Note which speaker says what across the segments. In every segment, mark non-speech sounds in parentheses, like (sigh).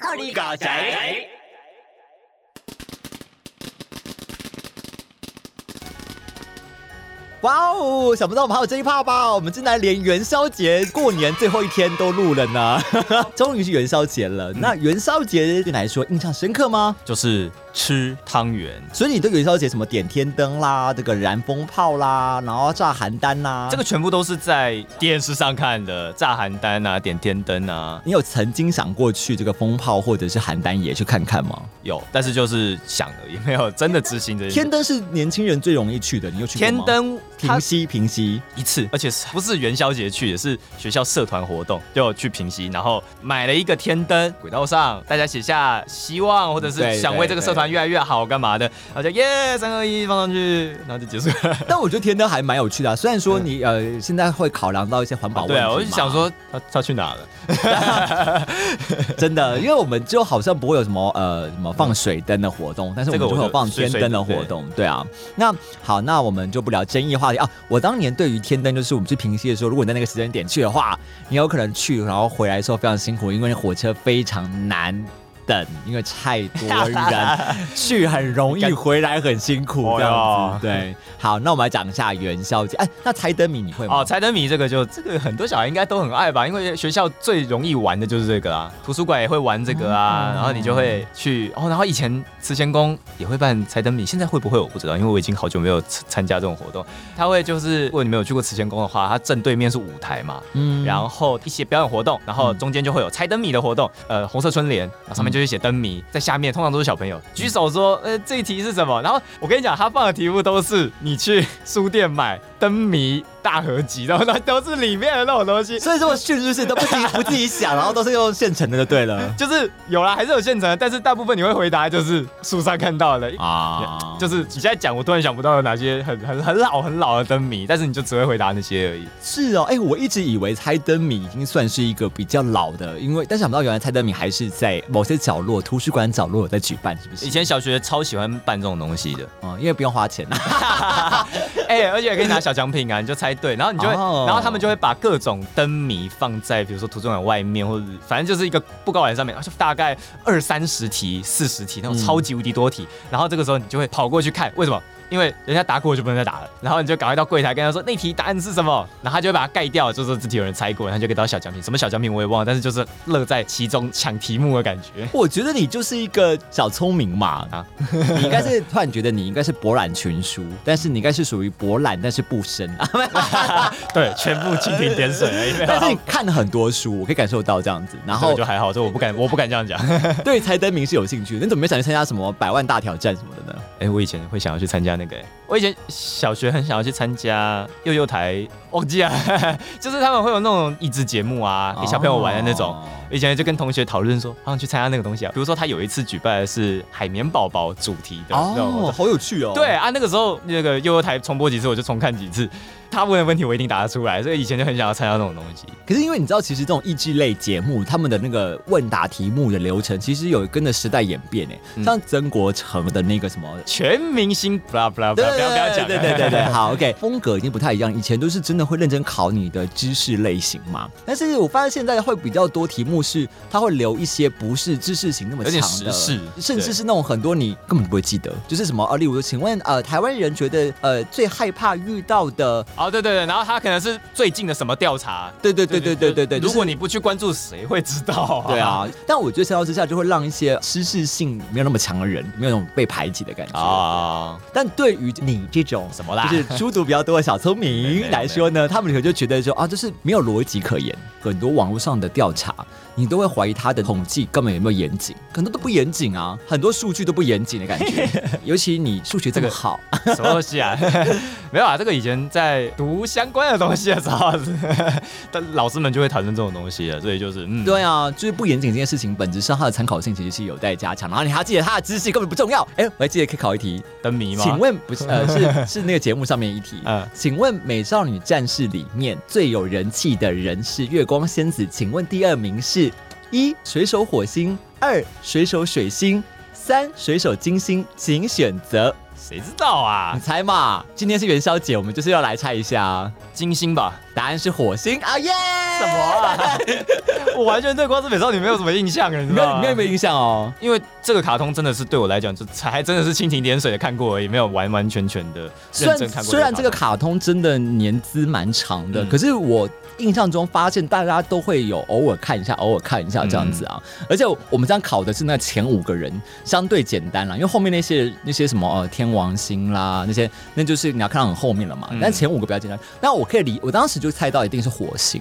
Speaker 1: カリガ仔。
Speaker 2: 哇哦，想不到我们还有这一趴吧？我们竟然连元宵节、过年最后一天都录了呢！ (laughs) 终于是元宵节了。那元宵节对你来说印象深刻吗？
Speaker 3: 就是吃汤圆。
Speaker 2: 所以你对元宵节什么点天灯啦，这个燃风炮啦，然后炸邯郸啦，
Speaker 3: 这个全部都是在电视上看的，炸邯郸啊，点天灯啊，
Speaker 2: 你有曾经想过去这个风炮或者是邯郸也去看看吗？
Speaker 3: 有，但是就是想而已，没有真的执行这件事
Speaker 2: 天灯是年轻人最容易去的，你有去过
Speaker 3: 天
Speaker 2: 吗？
Speaker 3: 灯它
Speaker 2: 平息平息，
Speaker 3: 一次，而且是不是元宵节去，也是学校社团活动，就去平溪，然后买了一个天灯，轨道上大家写下希望或者
Speaker 2: 对
Speaker 3: 是想为这个社团
Speaker 2: 对
Speaker 3: 越来越好干嘛的，然后就耶三二一放上去，然后就结束了。
Speaker 2: 但我觉得天灯还蛮有趣的啊、虽然说你、呃现在会考量到一些 (laughs) 环保问题
Speaker 3: 对
Speaker 2: 嘛、
Speaker 3: 啊，我就想说他他去哪了？ (laughs)
Speaker 2: 真的，因为我们就好像不会有什么呃什么放水灯的活动，但是我
Speaker 3: 这个
Speaker 2: 们就
Speaker 3: 我
Speaker 2: 会有
Speaker 3: 就
Speaker 2: 放
Speaker 3: 水
Speaker 2: 天
Speaker 3: 水
Speaker 2: 灯的
Speaker 3: 灯
Speaker 2: 活动，对啊。那好，那我们就不聊争议话题啊。我当年对于天灯，就是我们去平息的时候，如果你在那个时间点去的话，你有可能去，然后回来的时候非常辛苦，因为火车非常难。等，因为太多人去很容易，回来很辛苦这样子。
Speaker 3: 哦
Speaker 2: 对，好，那我们来讲一下元宵
Speaker 3: (laughs)
Speaker 2: 节。哎，那猜灯谜你会吗？
Speaker 3: 哦，猜灯谜这个就这个很多小孩应该都很爱吧，因为学校最容易玩的就是这个啦，图书馆也会玩这个
Speaker 2: 哦
Speaker 3: 啊，然后你就会去哦，然后以前慈贤宫也会办猜灯谜，现在会不会我不知道，因为我已经好久没有参参加这种活动。他会就是如果你没有去过慈贤宫的话，它正对面是舞台嘛，
Speaker 2: 嗯
Speaker 3: 然后一些表演活动，然后中间就会有猜灯谜的活动，呃，红色春联，然后上面就会写灯谜，在下面通常都是小朋友举手说，呃，这一题是什么？然后我跟你讲，他放的题目都是你去书店买灯谜大合集，然后那都是里面的那种东西。
Speaker 2: 所以这么训是不是都不自己不自己想，然后都是用现成的就对了。
Speaker 3: 就是有啦，还是有现成的，但是大部分你会回答就是书上看到的，
Speaker 2: 啊，
Speaker 3: 就是你现在讲，我突然想不到有哪些很很很老很老的灯谜，但是你就只会回答那些而已。
Speaker 2: 是哦，哎、我一直以为猜灯谜已经算是一个比较老的，因为但想不到原来猜灯谜还是在某些角落、图书馆角落有在举办，是不是？
Speaker 3: 以前小学超喜欢办这种东西的，
Speaker 2: 嗯，因为不用花钱啊， (laughs)
Speaker 3: (laughs) 哎、而且可以拿小奖品啊，你就猜对，然后你就会，
Speaker 2: 哦
Speaker 3: 然后他们就会把各种灯谜放在比如说图书馆外面，或者是反正就是一个布告栏上面，然后就大概二三十题、四十题那
Speaker 2: 嗯
Speaker 3: 种超级无敌多题，然后这个时候你就会跑过去看，为什么？因为人家答过就不能再答了，然后你就赶快到柜台跟他说那题答案是什么，然后他就会把它盖掉，就说自己有人猜过，然后就给到小奖品，什么小奖品我也忘了，但是就是乐在其中抢题目的感觉。 (laughs)
Speaker 2: 我觉得你就是一个小聪明嘛， (laughs)
Speaker 3: 啊
Speaker 2: 你应该是突然觉得你应该是博览群书，但是你应该是属于博览但是不深啊，
Speaker 3: 对，全部蜻蜓点水而已。
Speaker 2: 但是你看了很多书，我可以感受到这样子。然
Speaker 3: (laughs) 这个
Speaker 2: 后
Speaker 3: 就还好，这我不敢，我不敢这样讲。
Speaker 2: 对猜灯谜是有兴趣的，你怎么没想去参加什么百万大挑战什么的呢？
Speaker 3: 哎、我以前会想要去参加那个、欸，我以前小学很想要去参加幼幼台，忘记啊， (laughs) 就是他们会有那种益智节目啊，给小朋友玩的那种。
Speaker 2: 哦
Speaker 3: 以前就跟同学讨论说，好想去参加那个东西啊。比如说他有一次举办的是海绵宝宝主题的那种活动
Speaker 2: 哦，好有趣哦。
Speaker 3: 对啊，那个时候那个幼幼台重播几次，我就重看几次。他问的问题我一定答得出来，所以以前就很想要参加那种东西。
Speaker 2: 可是因为你知道，其实这种益智类节目，他们的那个问答题目的流程，其实有跟着时代演变诶、
Speaker 3: 嗯
Speaker 2: 像曾国成的那个什么。呃
Speaker 3: 全明星，blah blah blah，不要不要不要讲，
Speaker 2: 对对对对对，好，OK，风格已经不太一样，以前都是真的会认真考你的知识类型嘛，但是我发现现在会比较多题目是，它会留一些不是知识型那么
Speaker 3: 有
Speaker 2: 强
Speaker 3: 点
Speaker 2: 的，
Speaker 3: 时事
Speaker 2: 甚至
Speaker 3: 对
Speaker 2: 是那种很多你根本不会记得，就是什么呃，例如请问呃，台湾人觉得呃最害怕遇到的，
Speaker 3: (laughs) 哦，对对对，然后他可能是最近的什么调查，
Speaker 2: 对 (laughs) 对对对对对对，
Speaker 3: 如
Speaker 2: 就是
Speaker 3: 果你不去关注，谁会知道啊？
Speaker 2: 对，啊，但我觉得相较之下，就会让一些失事性没有那么强的人，没有那种被排挤的感觉。
Speaker 3: (laughs) 啊，
Speaker 2: 但对于你这种
Speaker 3: 什么啦
Speaker 2: 就是 (laughs) 书读比较多的小聪
Speaker 3: 没有没
Speaker 2: 明
Speaker 3: 有
Speaker 2: 来说呢，他们可能就觉得说啊，就是没有逻辑可言。很多网络上的调查，你都会怀疑他的统计根本有没有严谨，啊很多都不严谨啊，很多数据都不严谨的感 (laughs) 觉。尤其你数学这么好，
Speaker 3: 什么东西啊？ (laughs) 没有啊，这个以前在读相关的东西的时候， (laughs) 但老师们就会谈论这种东西了，所以就是嗯，
Speaker 2: 对啊，就是不严谨这件事情，本质上它的参考性其实是有待加强。然后你还要记得它的知识根本不重要。哎，我还记得可以考一题，
Speaker 3: 灯谜吗？
Speaker 2: 请问不是
Speaker 3: (laughs)
Speaker 2: 呃是是那个节目上面一题，
Speaker 3: 嗯
Speaker 2: 请问《美少女战士》里面最有人气的人是月光仙子，请问第二名是一水手火星，二水手水星，三水手金星，请选择。
Speaker 3: 谁知道啊
Speaker 2: 你？猜嘛？今天是元宵节，我们就是要来猜一下啊。
Speaker 3: 金
Speaker 2: (laughs)
Speaker 3: 星吧？
Speaker 2: 答案是火星啊耶！
Speaker 3: 什么？啊？我完全对《光之美少女》没有什么印象，你
Speaker 2: 你
Speaker 3: 知
Speaker 2: 没
Speaker 3: 道
Speaker 2: 有
Speaker 3: 吗？
Speaker 2: 你没有没有印象哦？
Speaker 3: 因为这个卡通真的是对我来讲，就才真的是蜻蜓点水的看过而已，没有完完全全的
Speaker 2: 虽
Speaker 3: 认
Speaker 2: 然
Speaker 3: 真看过。
Speaker 2: 虽然这个，卡通真的年资蛮长的，
Speaker 3: 嗯
Speaker 2: 可是我印象中发现大家都会有偶尔看一下，偶尔看一下这样子啊。
Speaker 3: 嗯
Speaker 2: 而且我们这样考的是那前五个人，相对简单啦，因为后面那些那些什么呃天王星啦那些，那就是你要看到很后面了嘛。
Speaker 3: 嗯
Speaker 2: 但前五个比较简单，那我可以理，我当时就猜到一定是火星，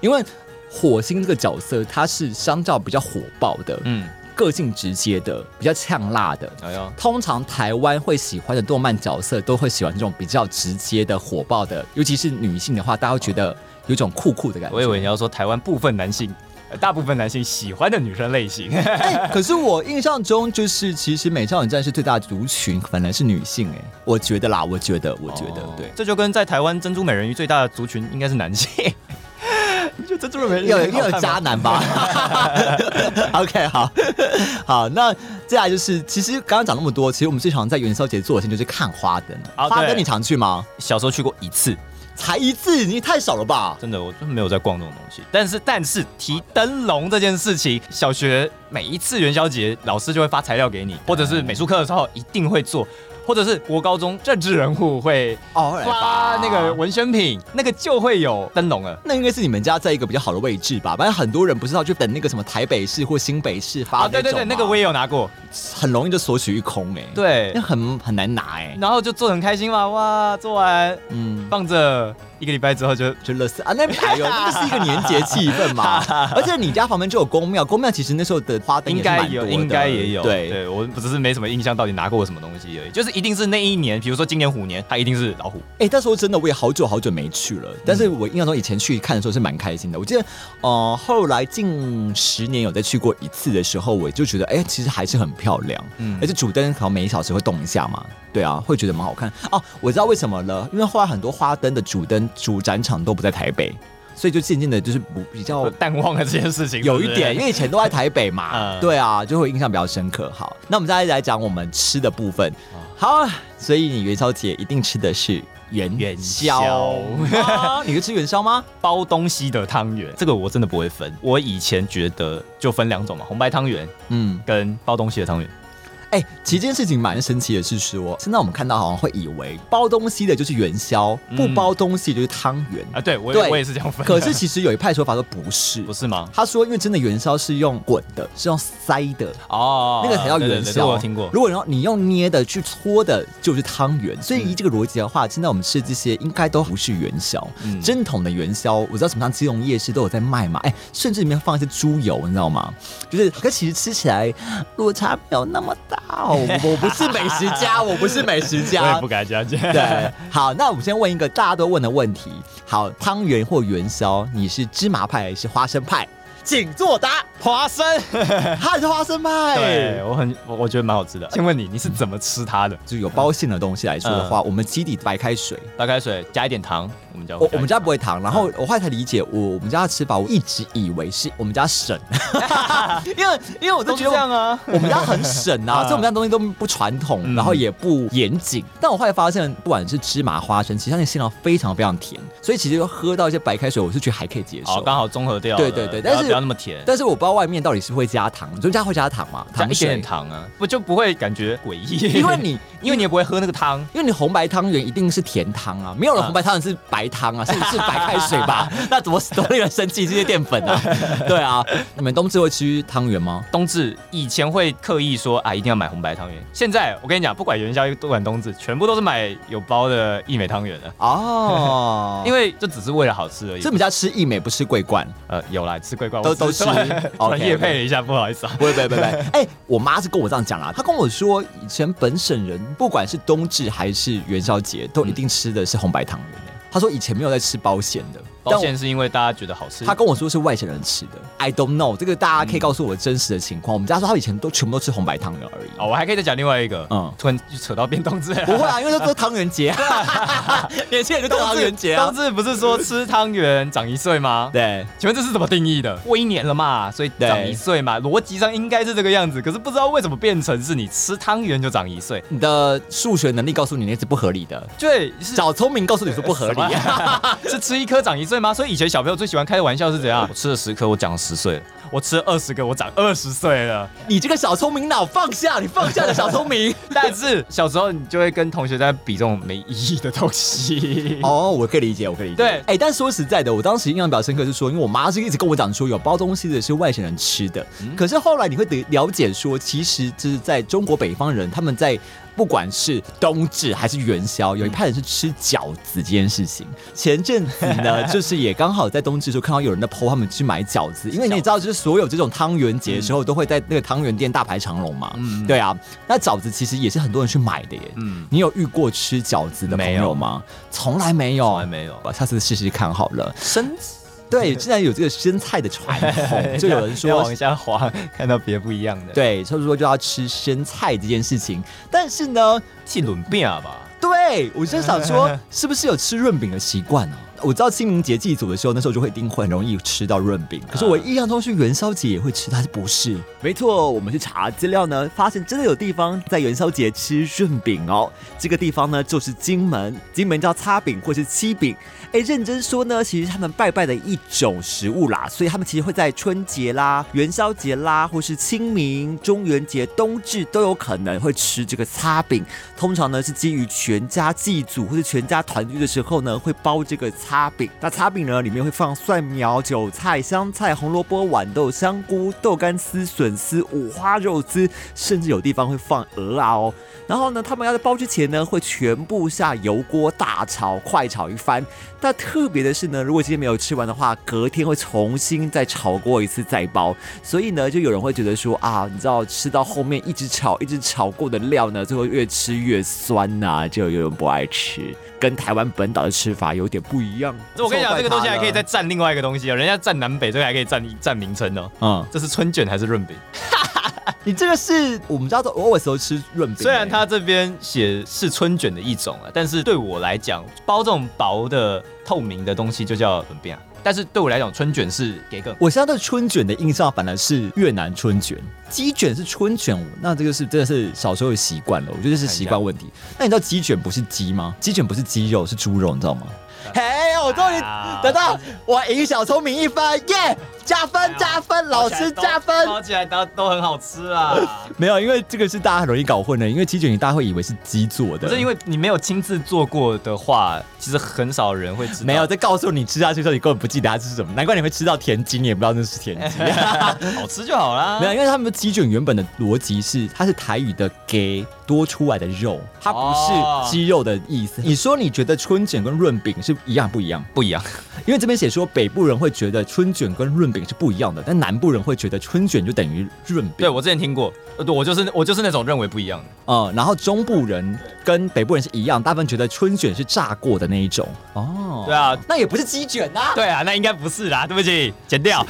Speaker 2: 因为火星这个角色他是相较比较火爆的，
Speaker 3: 嗯，
Speaker 2: 个性直接的，比较呛辣的。
Speaker 3: 哎呦，
Speaker 2: 通常台湾会喜欢的动漫角色，都会喜欢这种比较直接的、火爆的，尤其是女性的话，大家会觉得有一种酷酷的感觉。
Speaker 3: 我以为你要说台湾部分男性，呃大部分男性喜欢的女生类型。
Speaker 2: 哎 (laughs) 可是我印象中，就是其实美少女战士最大的族群反而是女性、哎，哦我觉得啦，我觉得，我觉得，对。
Speaker 3: 这就跟在台湾珍珠美人鱼最大的族群应该是男性。 (laughs) 你觉得珍珠美人鱼
Speaker 2: 又有
Speaker 3: 很好
Speaker 2: 又有
Speaker 3: 看吗
Speaker 2: 渣男吧 (laughs) ？OK，好好，那接下来就是，其实刚刚讲那么多，其实我们最常在元宵节做的事情就是看花灯。
Speaker 3: 啊
Speaker 2: 花灯
Speaker 3: 对
Speaker 2: 你常去吗？
Speaker 3: 小时候去过一次，
Speaker 2: 才一次，你太少了吧？
Speaker 3: 真的我就没有在逛这种东西。但是但是提灯笼这件事情，小学每一次元宵节老师就会发材料给你，或者是美术课的时候一定会做。或者是国高中政治人物会
Speaker 2: 哦
Speaker 3: 发那个文宣品，那个就会有灯笼了。
Speaker 2: 那应该是你们家在一个比较好的位置吧？反正很多人不是要去等那个什么台北市或新北市发
Speaker 3: 啊，
Speaker 2: 的
Speaker 3: 对
Speaker 2: 那
Speaker 3: 对
Speaker 2: 种吗、
Speaker 3: 对，那个我也有拿过。
Speaker 2: 很容易就索取一空哎、，
Speaker 3: 对
Speaker 2: 那，很很难拿哎、
Speaker 3: 然后就做得很开心嘛，哇，做完
Speaker 2: 嗯，
Speaker 3: 放着一个礼拜之后就
Speaker 2: 就乐死啊！那哎
Speaker 3: (laughs)
Speaker 2: 呦，那个是一个年节气氛嘛。而且你家旁边就有公庙，公庙其实那时候的花灯
Speaker 3: 应
Speaker 2: 也是蛮
Speaker 3: 该
Speaker 2: 多
Speaker 3: 有，
Speaker 2: 的
Speaker 3: 应该也有。
Speaker 2: 对，
Speaker 3: 对我只是没什么印象，到底拿过什么东西而已。就是一定是那一年，比如说今年虎年，它一定是老虎。
Speaker 2: 哎、那时候真的我也好久好久没去了，但是我印象中以前去看的时候是蛮开心的。我记得，呃，后来近十年有再去过一次的时候，我就觉得，哎、其实还是很漂亮。
Speaker 3: 嗯
Speaker 2: 而且哎主灯可能每一小时会动一下嘛，对啊，会觉得蛮好看哦。我知道为什么了，因为后来很多花灯的主灯主展场都不在台北，所以就渐渐的就是不比较
Speaker 3: 我淡忘了这件事情，
Speaker 2: 哦有
Speaker 3: 是
Speaker 2: 一
Speaker 3: 不是
Speaker 2: 点，因为以前都在台北嘛，
Speaker 3: (laughs) 嗯
Speaker 2: 对啊，就会印象比较深刻。好，那我们再来讲我们吃的部分。好啊，所以你元宵节一定吃的是元
Speaker 3: 元
Speaker 2: 宵
Speaker 3: 宵
Speaker 2: (laughs) 啊你会吃元宵吗？
Speaker 3: 包东西的汤圆，这个我真的不会分。我以前觉得就分两种嘛，红白汤圆
Speaker 2: 嗯，
Speaker 3: 跟包东西的汤圆。
Speaker 2: 哎、其实这件事情蛮神奇的，是说现在我们看到好像会以为包东西的就是元宵，
Speaker 3: 嗯
Speaker 2: 不包东西的就是汤圆。
Speaker 3: 啊，对我
Speaker 2: 对
Speaker 3: 我也是这样分的。
Speaker 2: 可是其实有一派说法说不是，
Speaker 3: 不是吗？
Speaker 2: 他说因为真的元宵是用滚的，是用塞的，
Speaker 3: 哦
Speaker 2: 那个才叫元
Speaker 3: 对对对这
Speaker 2: 宵。
Speaker 3: 我有听过。
Speaker 2: 如果你要你用捏的去搓的，就是汤圆。所以依这个逻辑的话，现在我们吃的这些应该都不是元宵。
Speaker 3: 嗯
Speaker 2: 正统的元宵，我知道什么像基隆夜市都有在卖嘛，哎、甚至里面放一些猪油，你知道吗？就是，可其实吃起来落差没有那么大哦。我我不是美食
Speaker 3: (laughs)
Speaker 2: 家，我不是美食
Speaker 3: 我
Speaker 2: 家
Speaker 3: 也不。敢这样讲。
Speaker 2: 啊对，好，那我们先问一个大家都问的问题。好，汤圆或元宵，你是芝麻派还是花生派？请作答，
Speaker 3: (laughs) 花生，
Speaker 2: 他是花生派。
Speaker 3: 对我很，我我觉得蛮好吃的。先问你，你是怎么吃它的？
Speaker 2: 就有包馅的东西来说的话，我们基底白开水，
Speaker 3: 白开水加一点糖，我们家
Speaker 2: 我我们家不
Speaker 3: 会
Speaker 2: 会糖。然后我后来才理解，我我们家的吃法，我一直以为是我们家省，因为因为我
Speaker 3: 加
Speaker 2: 就
Speaker 3: 都是
Speaker 2: 觉
Speaker 3: 这
Speaker 2: 得
Speaker 3: 样啊。
Speaker 2: 我们家很省啊，
Speaker 3: 啊
Speaker 2: 所以我们家东西都不传统，
Speaker 3: 嗯
Speaker 2: 然后也不严谨。但我后来发现，不管是芝麻花生，其实它那个馅料非常非常甜，所以其实喝到一些白开水，我是觉得还可以接
Speaker 3: 好，
Speaker 2: 受。
Speaker 3: 刚好综合掉了。
Speaker 2: 对对对
Speaker 3: 不要
Speaker 2: 但是
Speaker 3: 不要那么甜，
Speaker 2: 但是我不知道外面到底是会加糖，就家会加糖嘛，
Speaker 3: 加
Speaker 2: 糖
Speaker 3: 一点
Speaker 2: 水
Speaker 3: 点，糖啊，不就不会感觉诡异？
Speaker 2: 因为你
Speaker 3: (laughs) 因为你也不会喝那个汤，
Speaker 2: 因为你红白汤圆一定是甜汤啊，没有人
Speaker 3: 嗯
Speaker 2: 红白汤圆是白汤啊，是是白开水 (laughs) 吧？那怎么多令人生气这些淀粉 (laughs) 啊？对啊，你们冬至会吃汤圆吗？
Speaker 3: 冬至以前会刻意说啊，一定要买红白汤圆。现在我跟你讲，不管元宵，不管冬至，全部都是买有包的益美汤圆的，
Speaker 2: 哦
Speaker 3: 因
Speaker 2: 为
Speaker 3: 为这只是为了好吃而已。
Speaker 2: 这比较吃益美，不吃桂冠。
Speaker 3: 呃有啦，吃桂冠
Speaker 2: 都
Speaker 3: 我只是
Speaker 2: 都吃 (laughs) 哦
Speaker 3: 突然
Speaker 2: OK，OK
Speaker 3: 夜配了一下，不好意思啊。
Speaker 2: 不会不会不会， (laughs) 哎、我妈是跟我这样讲啊啦，她跟我说，以前本省人不管是冬至还是元宵节，都一定吃的是红白汤圆、欸。她说以前没有在吃包馅的，
Speaker 3: 保险是因为大家觉得好吃。
Speaker 2: 他跟我说是外省人吃的，I don't know，这个大家可以告诉我真实的情况。我们家说他以前都全部都吃红白汤圆而已。
Speaker 3: 哦，我还可以再讲另外一个，
Speaker 2: 嗯
Speaker 3: 嗯，突然就扯到变冬 (laughs) 至了。
Speaker 2: 不会啊，因为都都汤圆节啊，年轻人就都汤圆
Speaker 3: (laughs)
Speaker 2: 节啊
Speaker 3: 冬。至不是说吃汤圆长一岁 (laughs) 吗？
Speaker 2: 对，
Speaker 3: 请问这是怎么定义的？过一年了嘛，所以
Speaker 2: 对
Speaker 3: 长一岁嘛，逻辑上应该是这个样子。可是不知道为什么变成是你吃汤圆就长一岁，
Speaker 2: 你的数学能力告诉你那是不合理的，
Speaker 3: 对，是
Speaker 2: 小聪明告诉你说不合理。啊
Speaker 3: (laughs) 是吃一颗长一岁吗？所以以前小朋友最喜欢开的玩笑是怎样？我吃了十颗，我长十岁了；我吃了二十个，我长二十岁了。
Speaker 2: 你这个小聪明脑放下，你放下的小聪明。
Speaker 3: (laughs) 但是小时候你就会跟同学在比这种没意义的东西。 (laughs)
Speaker 2: (laughs) 哦，我可以理解，我可以理解。
Speaker 3: 对
Speaker 2: 哎、但说实在的，我当时印象比较深刻是说，因为我妈是一直跟我讲说，有包东西的是外省人吃的。
Speaker 3: 嗯
Speaker 2: 可是后来你会得了解说，其实就是在中国北方人，他们在不管是冬至还是元宵，有一派人是吃饺子这件事情。前阵子呢，
Speaker 3: (laughs)
Speaker 2: 就是也刚好在冬至的时候看到有人在 PO 他们去买饺子，因为你也知道，就是所有这种汤圆节的时候，都会在那个汤圆店大排长龙嘛。
Speaker 3: 嗯
Speaker 2: 对啊，那饺子其实也是很多人去买的耶。
Speaker 3: 嗯，
Speaker 2: 你有遇过吃饺子的朋友吗？从来没有，
Speaker 3: 从来没有
Speaker 2: 我下次试试看好了。
Speaker 3: 生
Speaker 2: 对，既然有这个生菜的传
Speaker 3: (laughs)
Speaker 2: (laughs) 统，就哎有人
Speaker 3: 要
Speaker 2: 说
Speaker 3: 往。下滑， (laughs) 看到别不一样的。，
Speaker 2: 对，他说就要吃生菜这件事情，但是呢，
Speaker 3: 气轮变吧。
Speaker 2: 对我就想 (laughs) 说，是不是有吃润饼的习惯呢、我知道清明节祭祖的时候，那时候就会一定会很容易吃到润饼，可是我印象中是元宵节也会吃，但是不是？没错，我们去查资料呢，发现真的有地方在元宵节吃润饼哦。这个地方呢，就是金门，金门叫擦饼或是七饼。哎，认真说呢，其实他们拜拜的一种食物啦，所以他们其实会在春节啦、元宵节啦，或是清明、中元节、冬至都有可能会吃这个擦饼。通常呢是基于全家祭祖或是全家团聚的时候呢，会包这个擦饼。那擦饼呢里面会放蒜苗、韭菜、香菜、红萝卜、豌豆、香菇、豆干丝、笋丝、五花肉丝，甚至有地方会放鹅啊哦。然后呢，他们要在包之前呢，会全部下油锅大炒、快炒一番。那特别的是呢，如果今天没有吃完的话，隔天会重新再炒过一次再包。所以呢，就有人会觉得说啊，你知道吃到后面一直炒、一直炒过的料呢，最后越吃越酸呐、就有人不爱吃，跟台湾本岛的吃法有点不一样。
Speaker 3: 我跟你讲，这个东西还可以
Speaker 2: 在
Speaker 3: 再占另外一个东西哦，人家占南北，这个还可以占一占名称哦。
Speaker 2: 嗯，
Speaker 3: 这是春卷还是润饼？
Speaker 2: 你这个是我们家都偶尔时候吃润饼欸，
Speaker 3: 虽然它这边写是春卷的一种啊，但是对我来讲，包这种薄的透明的东西就叫润饼啊。但是对我来讲，春卷是给个
Speaker 2: 我现在对春卷的印象反而是越南春卷，鸡卷是春卷，那这个是真的是小时候的习惯了，我觉得这是习惯问题。那你知道鸡卷不是鸡吗？鸡卷不是鸡肉，是猪肉，你知道
Speaker 3: (laughs)
Speaker 2: 吗？嘿，我终于 (laughs)
Speaker 3: 啊
Speaker 2: 等到我赢小聪明一分，耶！加分加分，老师加分。
Speaker 3: 包起来都都很好
Speaker 2: (laughs)
Speaker 3: 吃啊。
Speaker 2: 没有，因为这个是大家很容易搞混的，因为鸡卷大家会以为是鸡做的，
Speaker 3: 可是因
Speaker 2: 为
Speaker 3: 为你没有亲自做过的话，其实很少人会知道。
Speaker 2: 没有在告诉你吃下去的时候，你根本不记得它是什么，难怪你会吃到田鸡，你也不知道那是田鸡。
Speaker 3: 好吃就好啦。
Speaker 2: 没有，因为他们鸡卷原本的逻辑是，它是台语的“给”多出来的肉，它
Speaker 3: 哦
Speaker 2: 不是鸡肉的意思。你说你觉得春卷跟润饼是一样不一样？
Speaker 3: 不一样，
Speaker 2: 因为这边写说北部人会觉得春卷跟润饼是不一样的，但南部人会觉得春卷就等于润饼。
Speaker 3: 对我之前听过，呃对我就是我就是那种认为不一样的。
Speaker 2: 嗯，然后中部人跟北部人是一样，大部分觉得春卷是炸过的那一种。哦，
Speaker 3: 对啊
Speaker 2: 那也不是鸡卷呐、
Speaker 3: 对啊，那应该不是啦，对不起，剪掉。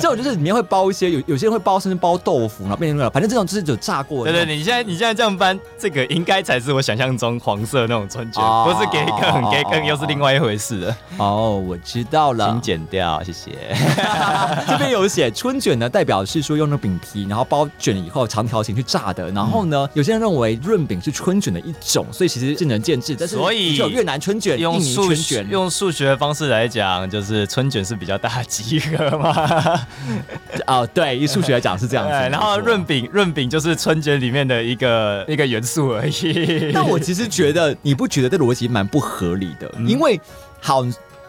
Speaker 2: 这种就是里面会包一些，有有些人会包甚至包豆腐，然后变成那个，反正这种就是有炸过的
Speaker 3: 对
Speaker 2: 那种。
Speaker 3: 对，你现在你现在这样翻，这个应该才是我想象中黄色那种春卷，
Speaker 2: 哦
Speaker 3: 不是给
Speaker 2: 哦
Speaker 3: 梗，给
Speaker 2: 哦
Speaker 3: 梗又是另外一回事了。
Speaker 2: 哦，我知道了。
Speaker 3: 请剪掉，谢谢。 (laughs)
Speaker 2: 这边有写春卷呢，代表是说用那饼皮，然后包卷以后长条形去炸的。然后
Speaker 3: 嗯
Speaker 2: 呢，有些人认为润饼是春卷的一种，所以其实见仁见智。但是
Speaker 3: 所以
Speaker 2: 就有越南春卷、印
Speaker 3: (laughs) 用
Speaker 2: 尼
Speaker 3: 数
Speaker 2: 春
Speaker 3: 学
Speaker 2: 卷。
Speaker 3: 用数学的方式来讲，就是春卷是比较大的集合 (laughs) 嘛。
Speaker 2: 啊、对，
Speaker 3: (laughs)
Speaker 2: 以数学来讲是这样子。
Speaker 3: 对，然后
Speaker 2: 没错
Speaker 3: 润。饼润饼就是春卷里面的一个一个元素而
Speaker 2: (laughs)
Speaker 3: 已。
Speaker 2: 但我其实觉得，你不觉得这逻辑蛮不合理的？
Speaker 3: 嗯
Speaker 2: 因为好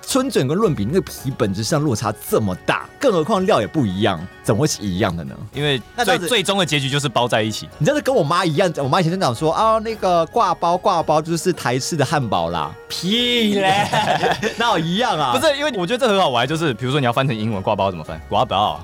Speaker 2: 春卷跟润饼那个皮本质上落差这么大，更何况料也不一样，怎么会是一样的呢？
Speaker 3: (laughs) 因为
Speaker 2: 那这
Speaker 3: 最
Speaker 2: 样子
Speaker 3: 最终的结局就是包在一起。
Speaker 2: 你真的跟我妈一样，我妈以前就讲说啊，那个挂包挂包就是台式的汉堡啦，
Speaker 3: 屁嘞！
Speaker 2: (laughs) 那我一样啊，
Speaker 3: 不是，因为我觉得这很好玩，就是比如说你要翻成英文挂包怎么翻？挂包。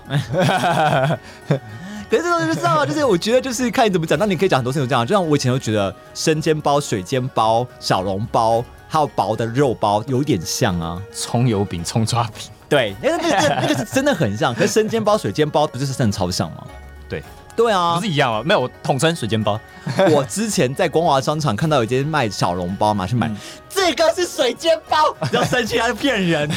Speaker 2: 可是这种就是这 (laughs) 样啊，就是我觉得就是看你怎么讲，那你可以讲很多事情这样，就像我以前都觉得生煎包、水煎包、小笼包、还有薄的肉包，有点像啊。
Speaker 3: 葱油饼、葱抓饼，
Speaker 2: 对，那个那个那个是真的很像，可是生煎包、水煎包不就是真的超像吗？
Speaker 3: 对，
Speaker 2: 对啊
Speaker 3: 不是，一样吗？没有，我统称水煎包。
Speaker 2: 我之前在光华商场看到有一间卖小笼包嘛，去买、这个是水煎包，然后生气他就骗 (laughs) 人。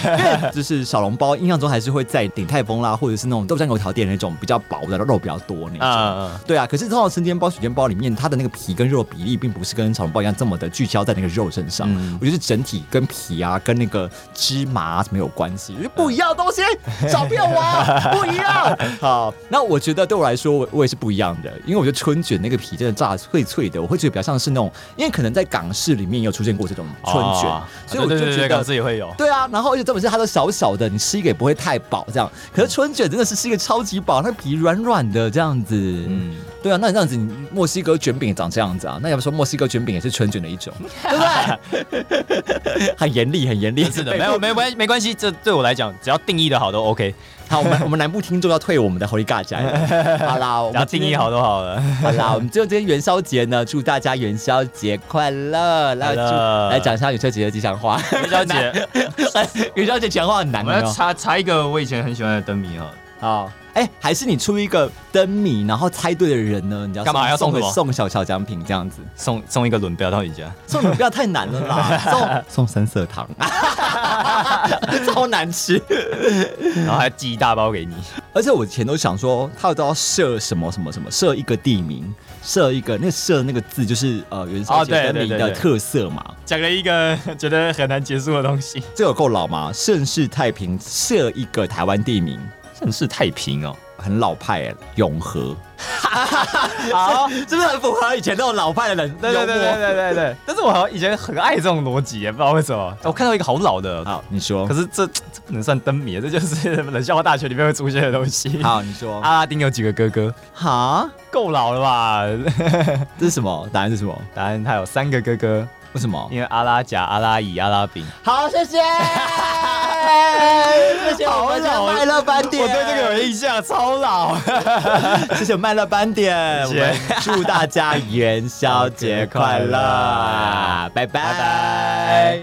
Speaker 2: 就是小笼包，印象中还是会在鼎泰丰啦，或者是那种豆浆油条店那种比较薄的肉比较多那种。
Speaker 3: 嗯嗯
Speaker 2: 对啊，可是通常生煎包、水煎包里面，它的那个皮跟肉的比例，并不是跟小笼包一样这么的聚焦在那个肉身上。
Speaker 3: 嗯
Speaker 2: 我觉得是整体跟皮啊、跟那个芝麻、啊、没有关
Speaker 3: (laughs)
Speaker 2: 系，就是不一样的东西，少骗我啊，不一样。好，那我觉得对我来说，我我也是不一样的，因为我觉得春卷那个皮真的炸得脆脆的，我会觉得比较像是那种，因为可能在港式里面也有出现过这种春卷，
Speaker 3: 哦
Speaker 2: 所以我就
Speaker 3: 对对对
Speaker 2: 觉
Speaker 3: 对
Speaker 2: 得
Speaker 3: 港式也会有。
Speaker 2: 对啊，然后而且重点是它都小小的，你吃一个也不会太饱这样。可是春卷真的是吃一个超级饱，那皮软软的这样子。嗯
Speaker 3: 嗯，
Speaker 2: 对啊，那你这样子，你墨西哥卷饼也长这样子啊？那要不说墨西哥卷饼也是春卷的一
Speaker 3: (laughs)
Speaker 2: 种，对不对？ (laughs) 很严厉，很严厉，
Speaker 3: 是的，没有没关没关系，这对我来讲，只要定义的好都 OK，
Speaker 2: (laughs) 好，我们我们南部听众要退我们的
Speaker 3: (laughs)
Speaker 2: Holy g 加油！好啦，我
Speaker 3: 只要
Speaker 2: 们今
Speaker 3: 定
Speaker 2: 天
Speaker 3: 义好都好了。
Speaker 2: (laughs) 好啦，我们最后今天元宵节呢，祝大家元宵节快乐！来
Speaker 3: 快
Speaker 2: 祝
Speaker 3: 乐
Speaker 2: 来讲一下元宵节的吉祥话。
Speaker 3: (laughs) 梅小姐，
Speaker 2: 哦元宵节吉祥话很难
Speaker 3: 我
Speaker 2: 的
Speaker 3: 们。要查查一个我以前很喜欢的灯谜哦哈。
Speaker 2: 啊，哎、还是你出一个灯谜，然后猜对的人呢，你要
Speaker 3: 干嘛要
Speaker 2: 送
Speaker 3: 送什么
Speaker 2: 送小小奖品这样子？
Speaker 3: 送送一个轮标到你
Speaker 2: (laughs)
Speaker 3: 家，
Speaker 2: 送你不要太难了 (laughs) 啦，送送三色糖，超难吃。
Speaker 3: 然后还寄一大包给你。
Speaker 2: 而且我以前都想说，他都要设什么什么什么，设一个地名，设一个那设那个字就是呃元宵
Speaker 3: 哦对
Speaker 2: 节灯谜
Speaker 3: 对对
Speaker 2: 的
Speaker 3: 对
Speaker 2: 特色嘛。
Speaker 3: 讲了一个觉得很难结束的东西，
Speaker 2: 这有够老吗？盛世太平设一个台湾地名，
Speaker 3: 盛世太平哦。
Speaker 2: 很老派、欸，永和。
Speaker 3: 好，
Speaker 2: 是不是很符合以前那种老派的人？
Speaker 3: 对对对对对对对。 (laughs) 但是我好像以前很爱这种逻辑，也不知道为什么。啊我看到一个好老的，
Speaker 2: 好，你说
Speaker 3: 可。是这这不能算灯谜，这就是 (laughs) 冷笑话大学里面会出现的东西。，
Speaker 2: 好，你说。
Speaker 3: 阿拉丁有几个哥哥？
Speaker 2: 哈，
Speaker 3: 够老了 (laughs) 吧？
Speaker 2: 这是什么？答案是什么？
Speaker 3: 答案他有三个哥哥，
Speaker 2: 为什么？
Speaker 3: 因为阿拉甲、阿拉乙、阿拉丙。
Speaker 2: 好，谢
Speaker 3: (laughs)
Speaker 2: 谢，谢谢我们的
Speaker 3: 好老
Speaker 2: 麦乐斑点，
Speaker 3: 我对这个有印象，超老。
Speaker 2: 个谢谢麦乐斑点，我
Speaker 3: 谢谢
Speaker 2: 们祝大家元宵节快
Speaker 3: 元宵节快
Speaker 2: 乐
Speaker 3: 乐，
Speaker 2: 拜拜
Speaker 3: 拜拜